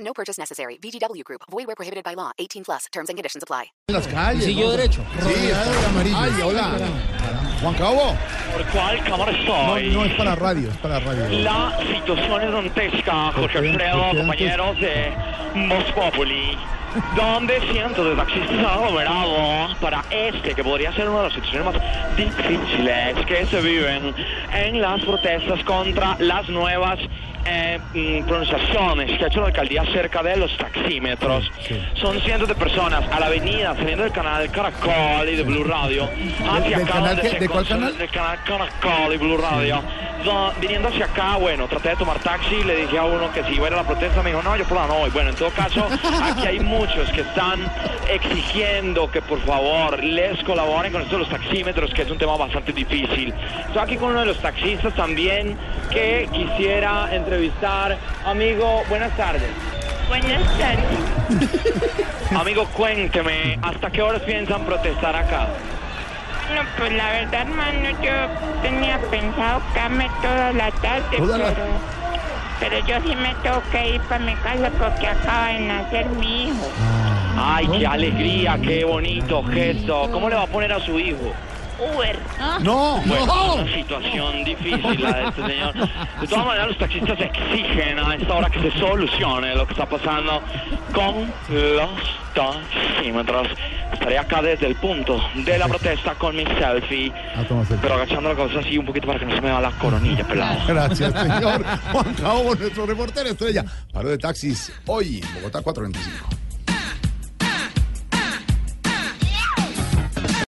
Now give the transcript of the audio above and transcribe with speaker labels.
Speaker 1: No purchase necessary. VGW Group. Void where prohibited by law. 18 plus. Terms and conditions apply.
Speaker 2: las calles.
Speaker 3: Siguió derecho.
Speaker 2: rodeado de amarillo. Ay, hola. Juan Cabo.
Speaker 4: ¿Por cuál cámara
Speaker 2: No,
Speaker 4: estoy?
Speaker 2: no es para radio, es para radio.
Speaker 4: La situación es dantesca, José
Speaker 2: Porque- porque
Speaker 4: Alfredo,
Speaker 2: antes-
Speaker 4: compañeros de Voz Populi, donde cientos de taxistas han operado para este, que podría ser una de las situaciones más difíciles que se viven en las protestas contra las nuevas eh, mm, pronunciaciones que ha hecho la alcaldía acerca de los taxímetros. Son cientos de personas a la avenida saliendo del canal Caracol y de Blue Radio hacia
Speaker 2: del
Speaker 4: acá
Speaker 2: canal
Speaker 4: donde
Speaker 2: qué?
Speaker 4: se
Speaker 2: ¿De cuál canal?
Speaker 4: concentra- del canal Caracol y Blue Radio. Do- viniendo hacia acá, bueno, traté de tomar taxi, le dije a uno que si iba a ir a la protesta, me dijo, no, yo por la no voy. Bueno, en todo caso, aquí hay muchos que están exigiendo que por favor les colaboren con esto de los taxímetros, que es un tema bastante difícil. Estoy aquí con uno de los taxistas también que quisiera entrevistar. Amigo, buenas tardes.
Speaker 5: Buenas tardes.
Speaker 4: Amigo, cuénteme, ¿hasta qué horas piensan protestar acá?
Speaker 5: No, pues la verdad, hermano, yo tenía pensado quedarme toda la tarde,
Speaker 2: Toda la-
Speaker 5: pero, pero yo sí me tengo que ir para mi casa porque acaba de nacer mi hijo.
Speaker 4: Ay, qué alegría, qué bonito gesto. ¿Cómo le va a poner a su hijo?
Speaker 2: Ah.
Speaker 5: Uber.
Speaker 2: No,
Speaker 4: Bueno,
Speaker 2: no.
Speaker 4: una situación difícil la de este señor. De todas maneras, los taxistas exigen a esta hora que se solucione lo que está pasando con los taxímetros. Estaré acá desde el punto de la protesta con mi selfie,
Speaker 2: Ah, toma selfie.
Speaker 4: pero agachando la cabeza así un poquito para que no se me va la coronilla, pelado.
Speaker 2: Gracias, señor. Juan Cabo, nuestro reportero estrella. Paro de taxis hoy en Bogotá 425.